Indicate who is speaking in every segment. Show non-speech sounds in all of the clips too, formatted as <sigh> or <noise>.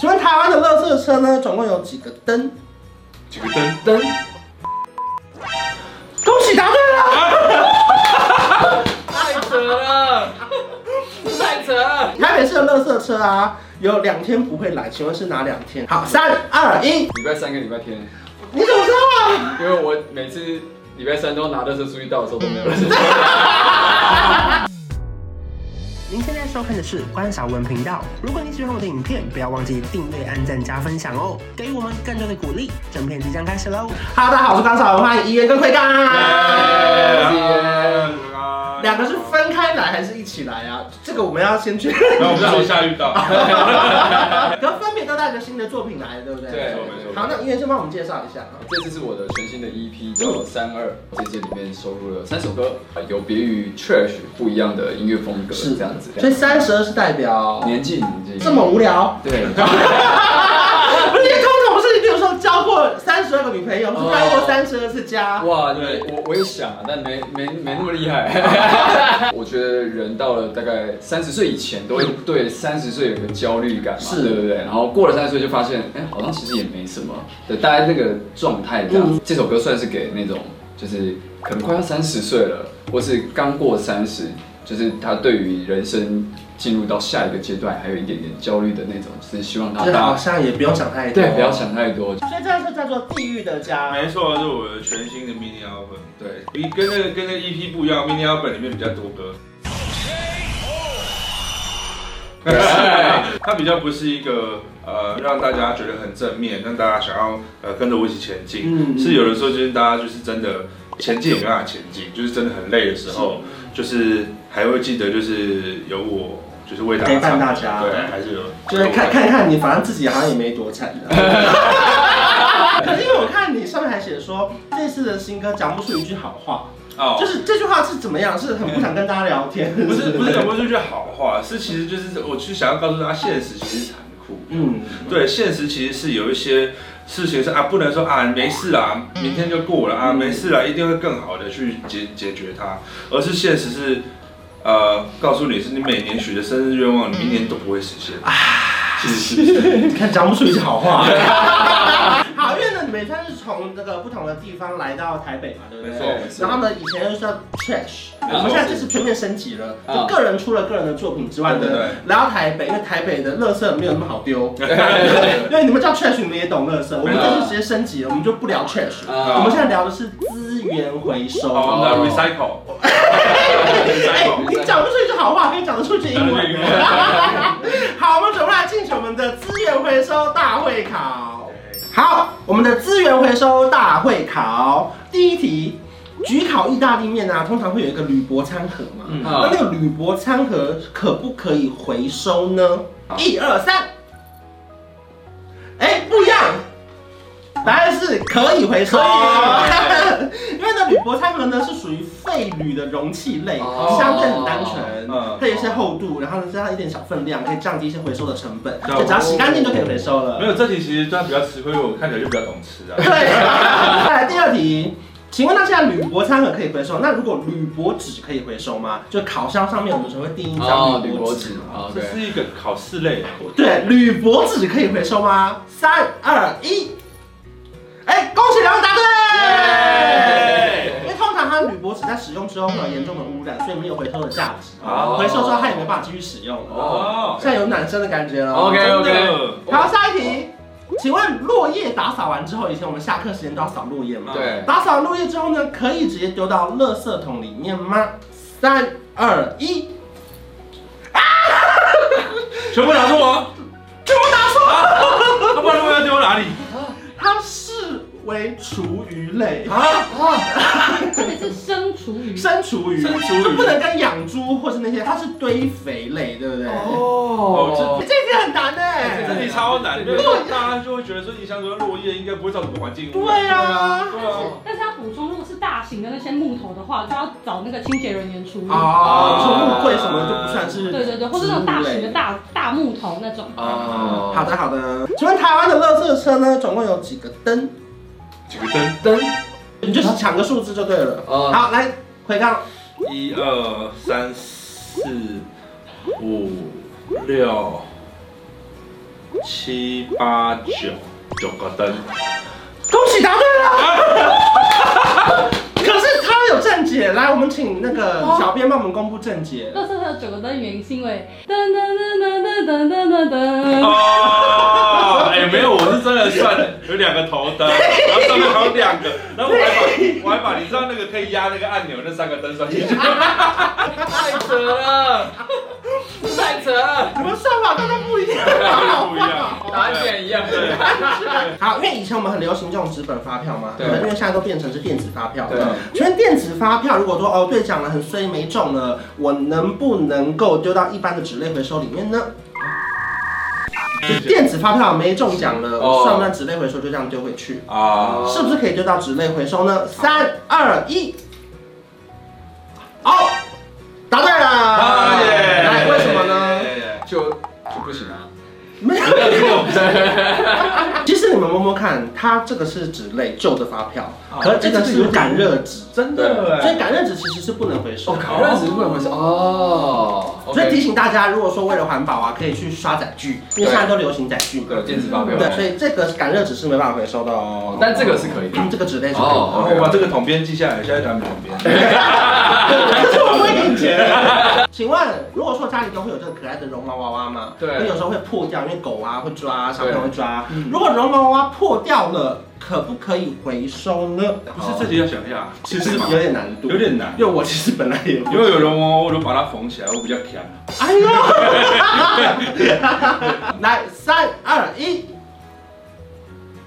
Speaker 1: 请问台湾的垃圾车呢，总共有几个灯？
Speaker 2: 几个灯？
Speaker 1: 灯。恭喜答对了！
Speaker 3: 太扯了，太扯了。
Speaker 1: 台北市的垃圾车啊，有两天不会来，请问是哪两天？好，三二一，
Speaker 2: 礼拜三跟礼拜天，
Speaker 1: 你怎么知道啊？
Speaker 2: 因为我每次礼拜三都拿垃圾出去倒的时候都没有垃圾。
Speaker 4: 您现在收看的是关少文频道。如果你喜欢我的影片，不要忘记订阅、按赞、加分享哦，给予我们更多的鼓励。整片即将开始喽！
Speaker 1: 哈，大家好，我是刚少文，欢迎怡园跟奎刚。两
Speaker 2: 两
Speaker 1: 个是分开来还是一起来啊？这个我们要先确认
Speaker 2: <laughs>
Speaker 5: 然后我
Speaker 1: 一
Speaker 5: 们
Speaker 1: 下。
Speaker 5: 在楼
Speaker 1: <laughs>
Speaker 5: 下遇到，
Speaker 1: 可分别都带着新的作品来，对不对？
Speaker 2: 对，
Speaker 5: 没错没错
Speaker 1: 好，那音乐先帮我们介绍一下啊。
Speaker 2: 这次是我的全新的 EP 叫三二，这次里面收录了三首歌，呃有别于 Trash 不一样的音乐风格，
Speaker 1: 是
Speaker 2: 这样子。
Speaker 1: 所以三十二是代表
Speaker 2: 年纪年纪
Speaker 1: 这么无聊，
Speaker 2: 对，
Speaker 1: <laughs> 不是你通常不是，比如说交过三十二个女朋友，或是待过三十二次家，
Speaker 2: 哇，
Speaker 5: 对
Speaker 2: 对，我我也想啊，但没没没那么
Speaker 1: <laughs>
Speaker 2: 厉害。我觉得人到了大概三十岁以前，都会对三十岁有个焦虑感嘛，
Speaker 1: 是
Speaker 2: 对不对？然后过了三十岁就发现，哎、好像其实也没什么，对，大概那个状态这样。
Speaker 1: 嗯
Speaker 2: 这首歌算是给那种就是可能快要三十岁了，或是刚过三十，就是他对于人生进入到下一个阶段还有一点点焦虑的那种，就是希望他
Speaker 1: 就是好
Speaker 2: 大家
Speaker 1: 像也不用想太多。
Speaker 2: 对不要。想太多，
Speaker 1: 所以这是叫做地狱的家。
Speaker 5: 没错，是我的全新的 mini album，
Speaker 2: 对。
Speaker 5: 比跟那个跟那个 EP 不一样，mini album 里面比较多歌。
Speaker 1: <laughs>
Speaker 5: 它比较不是一个呃让大家觉得很正面，让大家想要呃跟着我一起前进，
Speaker 1: 嗯
Speaker 5: 是有的时候就是大家就是真的前进也没办法前进，就是真的很累的时候，就是还会记得就是有我就是为大家
Speaker 1: 陪伴
Speaker 5: 唱
Speaker 1: 大家
Speaker 5: 对，还是有
Speaker 1: 就是
Speaker 5: 哦
Speaker 1: 看看看你，反正自己好像也没多惨的。可是因为我看你上面还写说，这次的新歌讲不出一句好话，
Speaker 5: 哦
Speaker 1: 就是这句话是怎么样？是很不想跟大家聊天，
Speaker 5: 不是不是讲不出去好话，是其实就是我去想要告诉大家，现实其实是残酷。
Speaker 1: 嗯，
Speaker 5: 对，现实其实是有一些事情是啊，不能说啊没事啦，明天就过了啊，没事啦，一定会更好的去解解决它，而是现实是呃告诉你是你每年许的生日愿望，你明年都不会实现。其实
Speaker 1: <laughs>
Speaker 5: 是
Speaker 1: 你看讲不出一句好话。 <laughs> 好，因为呢，你们算是从这个不同的地方来到台北嘛，对不对？
Speaker 5: 没错
Speaker 2: 是
Speaker 1: 然后呢，以前就是叫 trash，
Speaker 2: 没
Speaker 1: 我
Speaker 2: 错
Speaker 1: 们现在就是全面升级了，
Speaker 2: 啊
Speaker 1: 就个人出了个人的作品之外
Speaker 5: 对对
Speaker 1: 呢
Speaker 5: 对，
Speaker 1: 来到台北，因为台北的垃圾没有那么好丢，
Speaker 5: <laughs>
Speaker 2: 对
Speaker 1: 因为你们叫 trash，你们也懂垃圾，我们
Speaker 5: 没
Speaker 1: 这
Speaker 2: 错
Speaker 1: 就直接升级了，我们就不聊 trash，
Speaker 2: 啊
Speaker 1: 我们现在聊的是资源回收。
Speaker 5: 好，我们来 recycle。
Speaker 1: 哎
Speaker 5: recycle，
Speaker 1: 你讲不出一句好话，可以讲得出一句英文。 <laughs> 好，我们准备来进行我们的资源回收大会考。好，我们的资源回收大会考第一题，焗烤意大利面啊，通常会有一个铝箔餐盒嘛，
Speaker 5: 嗯
Speaker 1: 那那个铝箔餐盒可不可以回收呢？一二三，哎，不一样。答案是可以回收， <laughs> 因为呢，铝箔餐盒呢是属于废铝的容器类，
Speaker 2: 哦
Speaker 1: 相对很单纯，
Speaker 5: 嗯
Speaker 1: 它有一些厚度，然后呢加上一点小分量，可以降低一些回收的成本，
Speaker 5: 对
Speaker 2: 嗯
Speaker 1: 就只要洗干净就可以回收了。
Speaker 5: 没有这题其实算比较吃亏，因为我看起来就比较懂吃
Speaker 1: <laughs>
Speaker 5: 啊。
Speaker 1: 对， <laughs> 再来第二题，请问那现在铝箔餐盒可以回收？那如果铝箔纸可以回收吗？就烤箱上面我们只会订一张
Speaker 2: 哦，
Speaker 1: 铝
Speaker 2: 铝
Speaker 1: 箔
Speaker 2: 箔
Speaker 1: 纸
Speaker 2: 纸
Speaker 1: 嘛。
Speaker 2: 啊，
Speaker 5: 这
Speaker 2: 对。
Speaker 5: 是一个考试类的，
Speaker 1: 对，铝箔纸可以回收吗？三二一，哎，恭喜两位答对。因为通常它铝箔纸在使用之后会有严重的污染，所以没有回收的价值。啊
Speaker 5: 哦
Speaker 1: 回收之后它也没办法继续使用了。
Speaker 5: 哦
Speaker 1: 现在有暖身的感觉了。
Speaker 2: OK
Speaker 5: 真
Speaker 2: OK，
Speaker 5: 的
Speaker 1: 好，下一题，请问落叶打扫完之后，以前我们下课时间都要扫落叶吗？
Speaker 2: 对
Speaker 1: 打扫完落叶之后呢，可以直接丢到垃圾桶里面吗？三二一，
Speaker 5: 全部拿出我，
Speaker 1: 全部打扫。
Speaker 5: 要不然啊他们要丢哪里？
Speaker 1: 它视为厨余类，
Speaker 5: 啊
Speaker 6: 而且是生厨余，
Speaker 1: 生厨余，
Speaker 5: 生厨余
Speaker 1: 就不能跟养猪或是那些，它是堆肥类，对不对？哦，
Speaker 2: 哦，
Speaker 1: 这题很难哎、
Speaker 5: 这里超难，因为大家就会觉得说，你想说落叶应该不会造成环境污染。
Speaker 1: 对啊。
Speaker 5: 对啊，
Speaker 6: 但是要补充，如果是大型的那些木头的话，就要找那个清洁人员处理。
Speaker 5: 啊
Speaker 1: 哦，说木柜什么就不算是，
Speaker 6: 对对对，或者那种大型的。大大木头那种。
Speaker 5: 啊
Speaker 2: 哦，
Speaker 1: 好，的好的，请问台湾的垃圾车呢，总共有几个灯？
Speaker 5: 几个灯？
Speaker 2: 灯，
Speaker 1: 你就是抢个数字就对了。
Speaker 2: 哦
Speaker 1: 好，来回到
Speaker 5: 一二三四五六七八九九个灯，
Speaker 1: 恭喜答对了。 <laughs> 可是他有正解，来，我们请那个小编帮我们公布正解。
Speaker 6: 乐色车有九个灯，原因是因为噔噔噔噔噔噔噔
Speaker 5: 啊
Speaker 6: 噔。
Speaker 5: 哦，哎，没有，我是真的算了，有两个头灯，然后上面还有两个，然后我还把我还把你知道那个可以压那个按钮那三个灯算进去，
Speaker 3: 太扯了，太扯了，
Speaker 1: 你们算法真的不一样。
Speaker 5: 不一样，
Speaker 3: 答案竟然一样。
Speaker 1: 好，因为以前我们很流行这种纸本发票嘛，
Speaker 2: 对
Speaker 1: 因为现在都变成是电子发票
Speaker 2: 对
Speaker 1: 了。请问电子发票，如果说哦兑奖了很衰没中了，我能不能够丢到一般的纸类回收里面呢？电子发票没中奖了，
Speaker 2: 哦
Speaker 1: 算不算纸类回收就这样丢回去？
Speaker 5: 啊，
Speaker 1: 是不是可以丢到纸类回收呢？三二一，好，答对
Speaker 5: 啊
Speaker 1: 了。
Speaker 5: 耶！
Speaker 1: 来，为什么呢？？
Speaker 2: 就就不行啊。
Speaker 1: 没有。其实你们摸摸看，它这个是纸类旧的发票，可啊是这个是感热纸，
Speaker 5: 真
Speaker 2: 的
Speaker 1: 所以感热纸其实是不能回收
Speaker 2: 哦，
Speaker 1: 的。
Speaker 2: 烤肉只是不能回收哦。
Speaker 1: 所以提
Speaker 2: OK，
Speaker 1: 醒大家，如果说为了环保啊，可以去刷载具，因为现在都流行载具嘛。
Speaker 2: 对电子发票，
Speaker 1: 对，所以这个感热纸是没办法回收的哦。
Speaker 2: 但这个是可以的。
Speaker 1: 这个纸类是可以
Speaker 2: 哦
Speaker 1: 的。
Speaker 5: 我把这个统编记下来，下一台统编。
Speaker 1: 可是我不会给你钱。请问，如果说家里都会有这个可爱的绒毛娃娃嘛，
Speaker 2: 对
Speaker 1: 因为有时候会破掉，因为狗啊会抓，小朋友会抓。如果绒毛娃娃破掉了，可不可以回收呢？
Speaker 5: 不是这里要想一下，
Speaker 1: 其实哦有点难度，
Speaker 5: 有点难，
Speaker 1: 因为我其实本来也
Speaker 5: 因
Speaker 1: <laughs>
Speaker 5: 为有绒毛，我就把它缝起来，我比较强。
Speaker 1: 哎呦，来三二一，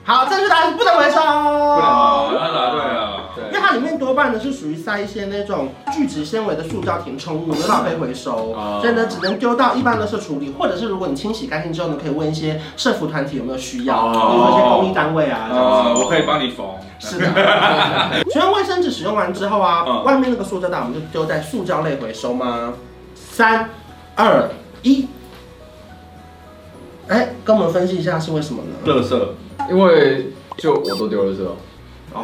Speaker 1: 好，正确答案是不能回收，
Speaker 5: 哦，那答对了。
Speaker 1: 因为它里面多半呢是属于塞一些那种聚酯纤维的塑胶填充物，没办法被回收，
Speaker 2: 哦
Speaker 1: 所以呢只能丢到一般的社处理，或者是如果你清洗干净之后呢，可以问一些社服团体有没有需要，
Speaker 2: 哦
Speaker 1: 比如说一些公益单位啊这样子。 <laughs>
Speaker 5: 啊，我可以帮你缝。
Speaker 1: 是的，请问卫生纸使用完之后啊，
Speaker 5: 嗯
Speaker 1: 外面那个塑胶袋我们就丢在塑胶类回收吗？三、二、一。哎，跟我们分析一下是为什么呢？
Speaker 5: 乐色
Speaker 2: 因为就我都丢了是吧？
Speaker 1: 哦，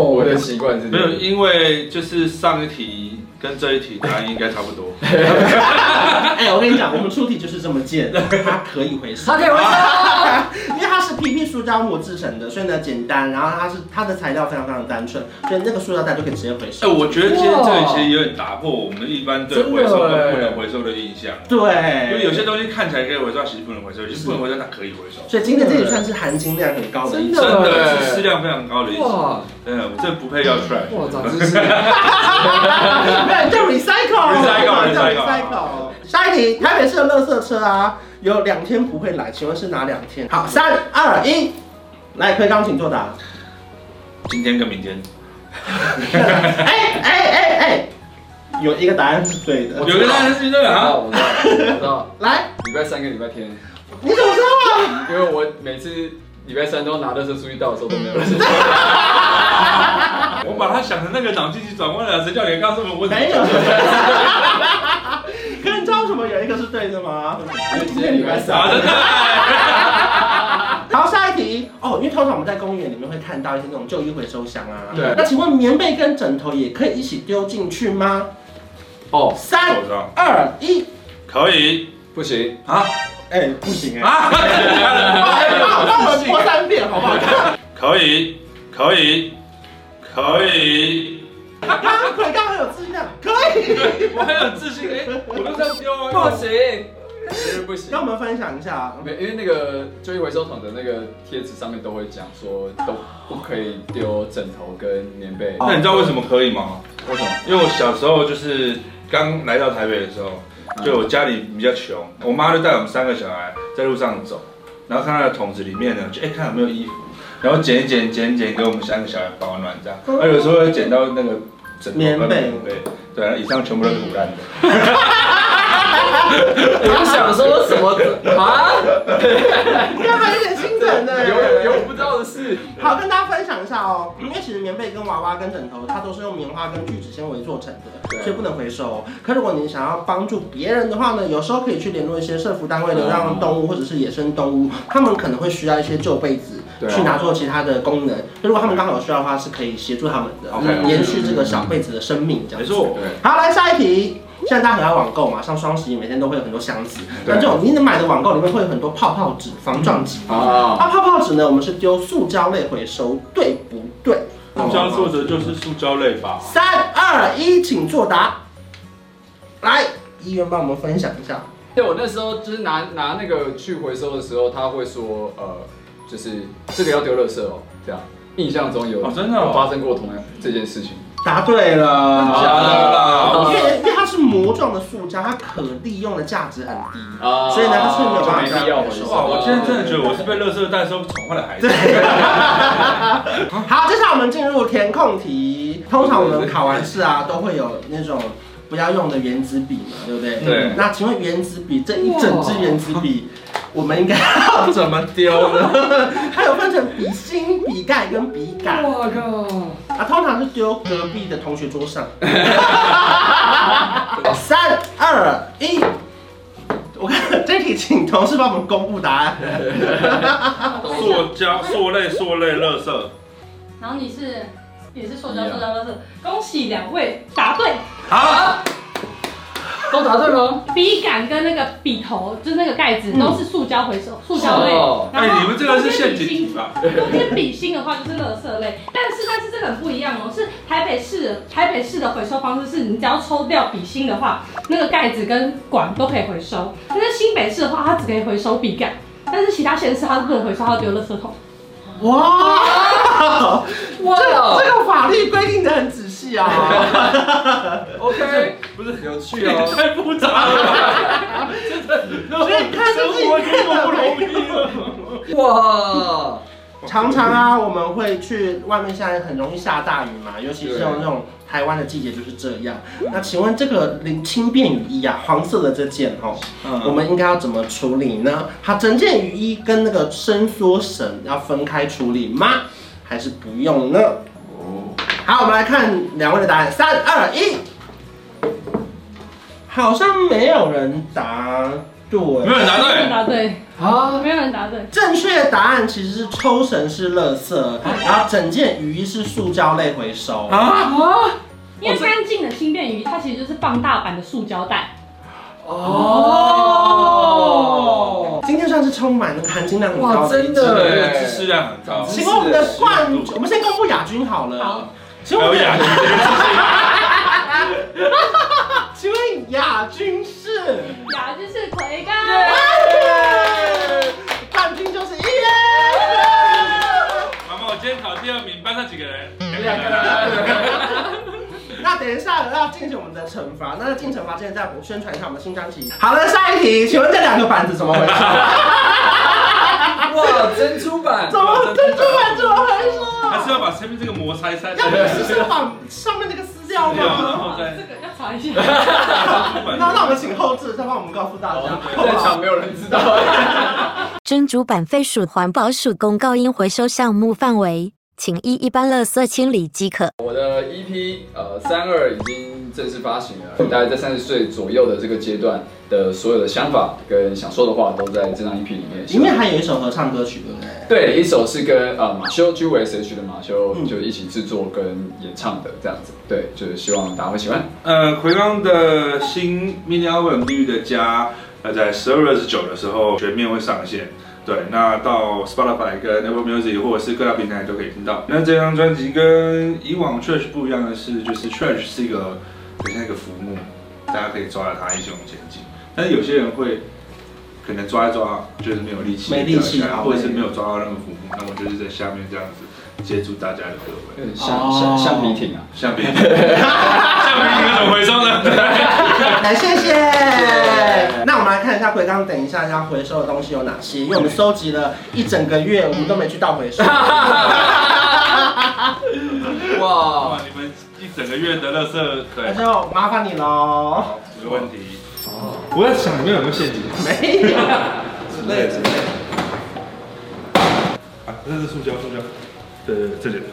Speaker 2: 我的习惯是这
Speaker 5: <laughs> 没
Speaker 2: 样
Speaker 5: 有，因为就是上一题跟这一题答案应该差
Speaker 2: <laughs>
Speaker 5: 不多。
Speaker 1: <laughs> 哎，我跟你讲，我们出题就是这么贱， <laughs> 它可以回收，
Speaker 2: 它可以回
Speaker 1: 收， <laughs> 因为它是 PP 塑胶膜制成的，所以呢简单，然后它是它的材料非常非常单纯，所以那个塑胶袋就可以直接回
Speaker 5: 哎，
Speaker 1: 收。
Speaker 5: 我觉得今天这一题有点打破我们一般对回收跟不能回收的印象，
Speaker 2: 欸
Speaker 5: 因为
Speaker 1: 对，
Speaker 5: 有些东西看起来可以回收，其实不能回收；有些不能回收，它可以回收。
Speaker 1: 所以今天这也算是含金量很高的一
Speaker 2: 真
Speaker 1: 种。
Speaker 2: 的欸
Speaker 5: 真的是质量非常高的一种。
Speaker 2: 哇
Speaker 5: 嗯，这不配要出来。
Speaker 2: 哇，长知
Speaker 1: <laughs>
Speaker 2: 识！
Speaker 1: 没有，叫 recycle。
Speaker 5: recycle，
Speaker 1: 叫
Speaker 5: recycle
Speaker 1: recycle。下一题，台北市的垃圾车啊，有两天不会来，请问是哪两天？好，三二一，来，推钢琴作答。 <laughs>
Speaker 5: 今天跟明天，
Speaker 1: 哎哎哎哎，有一个答案是对的
Speaker 2: 我。
Speaker 5: 有个答案是对的啊。
Speaker 2: 我知道，我知道，我知道。
Speaker 1: 来，
Speaker 2: 礼拜三跟礼拜天，
Speaker 1: 你怎么知道啊？
Speaker 2: 因为我每次礼拜三都拿垃圾出去倒的时候都没有垃圾。
Speaker 5: 我把它想成那个党经济转弯了，谁叫你告诉我我
Speaker 1: 没 <laughs> 有。可是你知道为什么有一个是对的吗？因为今天礼拜三。
Speaker 5: 啊，真的
Speaker 2: <laughs>
Speaker 5: 哎。
Speaker 1: 好，下一题哦，因为通常我们在公园里面会看到一些那种旧衣回收箱啊。
Speaker 2: 对
Speaker 1: 那请问棉被跟枕头也可以一起丢进去吗？
Speaker 2: 哦，
Speaker 1: 三
Speaker 5: 我知道，
Speaker 1: 二一，
Speaker 5: 可以
Speaker 2: 不行，
Speaker 5: 啊
Speaker 1: 哎、不行哎、
Speaker 5: 啊，
Speaker 1: 帮我们播三遍啊好不好？ <laughs>
Speaker 5: 可以可以可以，
Speaker 1: 刚刚鬼刚很有质量，可以。
Speaker 5: 我很有自信哎，我都这样丢啊。
Speaker 3: 不行，
Speaker 2: 就是不行
Speaker 1: 跟。我们分享一下，啊
Speaker 2: 没，因为那个旧衣回收桶的那个贴纸上面都会讲说，都不可以丢枕头跟棉被。
Speaker 1: 哦
Speaker 5: 那你知道为什么可以吗？
Speaker 2: 为什么？
Speaker 5: 因为我小时候就是刚来到台北的时候，就我家里比较穷，我妈就带我们三个小孩在路上走，然后看到桶子里面呢，就哎、看有没有衣服，然后捡一捡捡一捡，给我们三个小孩保暖这样，然后有时候会捡到那个枕头跟
Speaker 1: 棉被
Speaker 5: 哦棉被，对，然后以上全部都是腐烂的。
Speaker 3: 我想说什么
Speaker 2: <laughs>
Speaker 3: 啊？
Speaker 1: 你看还有点心疼呢。
Speaker 2: 有有我不知道的事。
Speaker 1: 好，跟大家分享一下哦，因为其实棉被跟娃娃跟枕头，它都是用棉花跟聚酯纤维做成的，
Speaker 2: 对
Speaker 1: 所以不能回收。可如果你想要帮助别人的话呢，有时候可以去联络一些社服单位、
Speaker 2: 嗯
Speaker 1: 流浪动物或者是野生动物，他们可能会需要一些旧被子。
Speaker 2: 对啊
Speaker 1: 去拿做其他的功能，如果他们刚好有需要的话，是可以协助他们的嗯
Speaker 2: OK
Speaker 1: 延续这个小被子的生命这样
Speaker 5: 没
Speaker 1: 子。
Speaker 5: 错，
Speaker 2: 对，
Speaker 1: 好，来下一题。现在大家很爱网购嘛，像双十一每天都会有很多箱子，
Speaker 2: 对
Speaker 1: 那这种你能买的网购里面会有很多泡泡纸、防撞纸。
Speaker 2: 啊，
Speaker 1: 啊，泡泡纸呢，我们是丢塑胶类回收，对不对？
Speaker 5: 塑胶作者就是塑胶类吧？
Speaker 1: 三二一，请作答。来，医院帮我们分享一下。
Speaker 2: 对，我那时候就是拿拿那个去回收的时候，他会说，呃，就是这个要丢垃圾哦，这样。印象中有
Speaker 5: 哦真的哦
Speaker 2: 有发生过同样这件事情。
Speaker 1: 答对
Speaker 5: 啊
Speaker 1: 了，
Speaker 5: 假的啦！
Speaker 1: 因为因为它是膜状的塑胶，它可利用的价值很低。嗯
Speaker 2: 啊
Speaker 1: 所以呢它
Speaker 5: 哦
Speaker 1: 是没有办法
Speaker 2: 就没必要回收。
Speaker 5: 哇，我现在真的觉得我是被垃圾袋收宠坏的孩子。
Speaker 1: 好，接下来我们进入填空题。通常我们考完试啊，都会有那种不要用的原子笔嘛，对不对？
Speaker 2: 对
Speaker 1: 那请问原子笔这一整支原子笔，我们应该要怎么丢 <laughs> 呢？它有分成笔芯、笔盖跟笔杆。
Speaker 3: 我靠！
Speaker 1: 啊，通常是丢隔壁的同学桌上。三二一，我看这题请同事帮我们公布答案。
Speaker 5: 啊塑胶、塑类、塑类垃圾。
Speaker 6: 然后你是也是塑胶塑胶垃圾，恭喜两位答对。
Speaker 5: 好，
Speaker 3: 都答对吗？
Speaker 6: 笔杆跟那个笔头，就是那个盖子，都是塑胶回收，塑胶类。
Speaker 3: 哦
Speaker 6: 然后
Speaker 5: 嗯哎，你们这个是陷阱啊题吧？
Speaker 6: 中间笔芯的话就是垃圾类，但是但是这个很不一样哦，是台北市台北市的回收方式是，你只要抽掉笔芯的话，那个盖子跟管都可以回收。但是新北市的话，它只可以回收笔盖，但是其他县市它是不能回收，它丢垃圾桶。
Speaker 1: 哇，
Speaker 3: 哇
Speaker 1: 这个法律规定的很仔细啊。
Speaker 3: ，OK，
Speaker 5: 不是
Speaker 2: 有趣 <laughs> 哦。
Speaker 5: <laughs> 太复杂了。 <laughs>
Speaker 1: 所以你看这
Speaker 5: 生
Speaker 1: 是
Speaker 5: 活
Speaker 1: 你
Speaker 5: 太
Speaker 1: 看
Speaker 5: 不
Speaker 1: 的
Speaker 5: 容易
Speaker 3: 哇，
Speaker 5: 了。
Speaker 1: 常常啊，我们会去外面，现在很容易下大雨嘛，尤其是像那种台湾的季节就是这样。那请问这个零轻便雨衣啊，黄色的这件哦，我们应该要怎么处理呢？它整件雨衣跟那个伸缩绳要分开处理吗？还是不用呢？好，我们来看两位的答案，三二一，好像没有人答对。
Speaker 5: 没有人答
Speaker 6: 没有
Speaker 5: 对。
Speaker 6: 人答对，哦
Speaker 3: 啊，
Speaker 6: 没有人答对。
Speaker 1: 正确答案其实是抽绳是垃圾，
Speaker 3: 啊
Speaker 1: 然后整件雨衣是塑胶类回收。
Speaker 6: 因为干净的轻便雨衣，它其实就是放大版的塑胶袋。
Speaker 3: 哦，
Speaker 1: 今天算是充满含金量很
Speaker 3: 哇，
Speaker 1: 高的
Speaker 3: 真
Speaker 1: 一集。
Speaker 5: 真的
Speaker 3: 的
Speaker 5: 这个知识量很高。
Speaker 1: 请问我们的冠，我们先公布亚军好了
Speaker 6: 好。
Speaker 1: 请
Speaker 5: 还
Speaker 1: 问我
Speaker 5: 有
Speaker 1: 们
Speaker 5: 雅
Speaker 1: 的，
Speaker 5: 集，
Speaker 1: 请问亚军是？
Speaker 6: 呀，就是腿干。
Speaker 1: 冠军就是一人。
Speaker 5: 妈妈，我今天考第二名，班上几嗯个人？
Speaker 1: 两个人。那等一下要进行我们的惩罚，那进惩罚之前再我宣传一下我们的新专辑。好了，下一题，请问这两个板子怎么回事？
Speaker 3: 哇，珍珠版
Speaker 1: 怎，么珍珠板怎么回事
Speaker 5: 还
Speaker 1: 啊
Speaker 5: 是？要把前面这个膜拆散？
Speaker 1: 要不是
Speaker 5: <laughs>
Speaker 1: 先把上面那个撕掉
Speaker 5: 对啊然
Speaker 1: 吗？
Speaker 5: 后再
Speaker 6: 这个要查一下。
Speaker 5: <laughs>
Speaker 1: 那那我们请后置再帮我们告诉大家，好不
Speaker 2: 在
Speaker 1: 好
Speaker 2: 场没有人知道。
Speaker 7: 真主版废属环保署公告应回收项目范围，请依一般垃圾清理即可。
Speaker 2: 我的 EP 呃三二已经正式发行了，大概在三十岁左右的这个阶段的所有的想法跟想说的话都在这张 EP 里面。
Speaker 1: 里面还有一首合唱歌曲，对不对？
Speaker 2: 对，一首是跟呃马修 G V S H 的马修
Speaker 1: 嗯
Speaker 2: 就一起制作跟演唱的这样子，对，就是希望大家会喜欢。
Speaker 5: 呃，奎刚的新 mini album《地狱的家》，呃，在十二月二十九的时候全面会上线。对，那到 Spotify 跟 Apple Music 或者是各大平台都可以听到。那这张专辑跟以往 Trash 不一样的是，就是 Trash 是一个很像一个浮木，大家可以抓着它一起往前进。但是有些人会可能抓一抓就是没有力气，
Speaker 1: 没力气
Speaker 5: 掉下来
Speaker 1: 好
Speaker 5: 或者是没有抓到那个浮木，那我就是在下面这样子接住大家的各位，
Speaker 2: 对橡橡
Speaker 1: 哦
Speaker 2: 橡皮艇啊，
Speaker 5: 像别人，像别人怎么回收呢？
Speaker 1: 来，谢谢。那我们来看一下奎刚等一下要回收的东西有哪些，因为我们收集了一整个月，我们都没去倒回收。
Speaker 3: 哇，
Speaker 5: 哇，你们一整个月的乐色，
Speaker 1: 那
Speaker 5: 对，
Speaker 1: 就麻烦你喽。
Speaker 5: 好，没问题。我在想里面有没有陷阱
Speaker 1: 没有，
Speaker 5: 之类的。啊，这是塑胶，塑胶。对对，这里是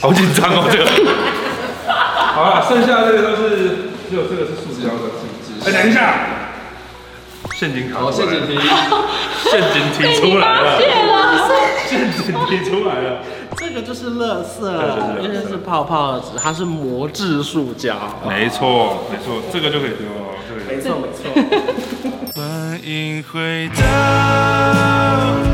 Speaker 5: 好紧张哦，这个。好了，剩下的这个都是，只有这个是塑胶的，是不是？哎，等一下，陷阱卡
Speaker 2: 好，
Speaker 5: 出
Speaker 2: 陷
Speaker 5: 来了，
Speaker 2: 哦阱题，
Speaker 5: 陷阱题出来了，
Speaker 6: 谢了。
Speaker 5: <laughs> 陷阱滴出来了。
Speaker 1: 这个就是垃圾，
Speaker 5: 对
Speaker 1: 这
Speaker 5: 这是垃圾
Speaker 1: 个是泡泡纸，它是磨制塑胶。
Speaker 5: 没错，没错，这个就可以丢了。这个
Speaker 8: 没错没错。
Speaker 5: 欢迎回到。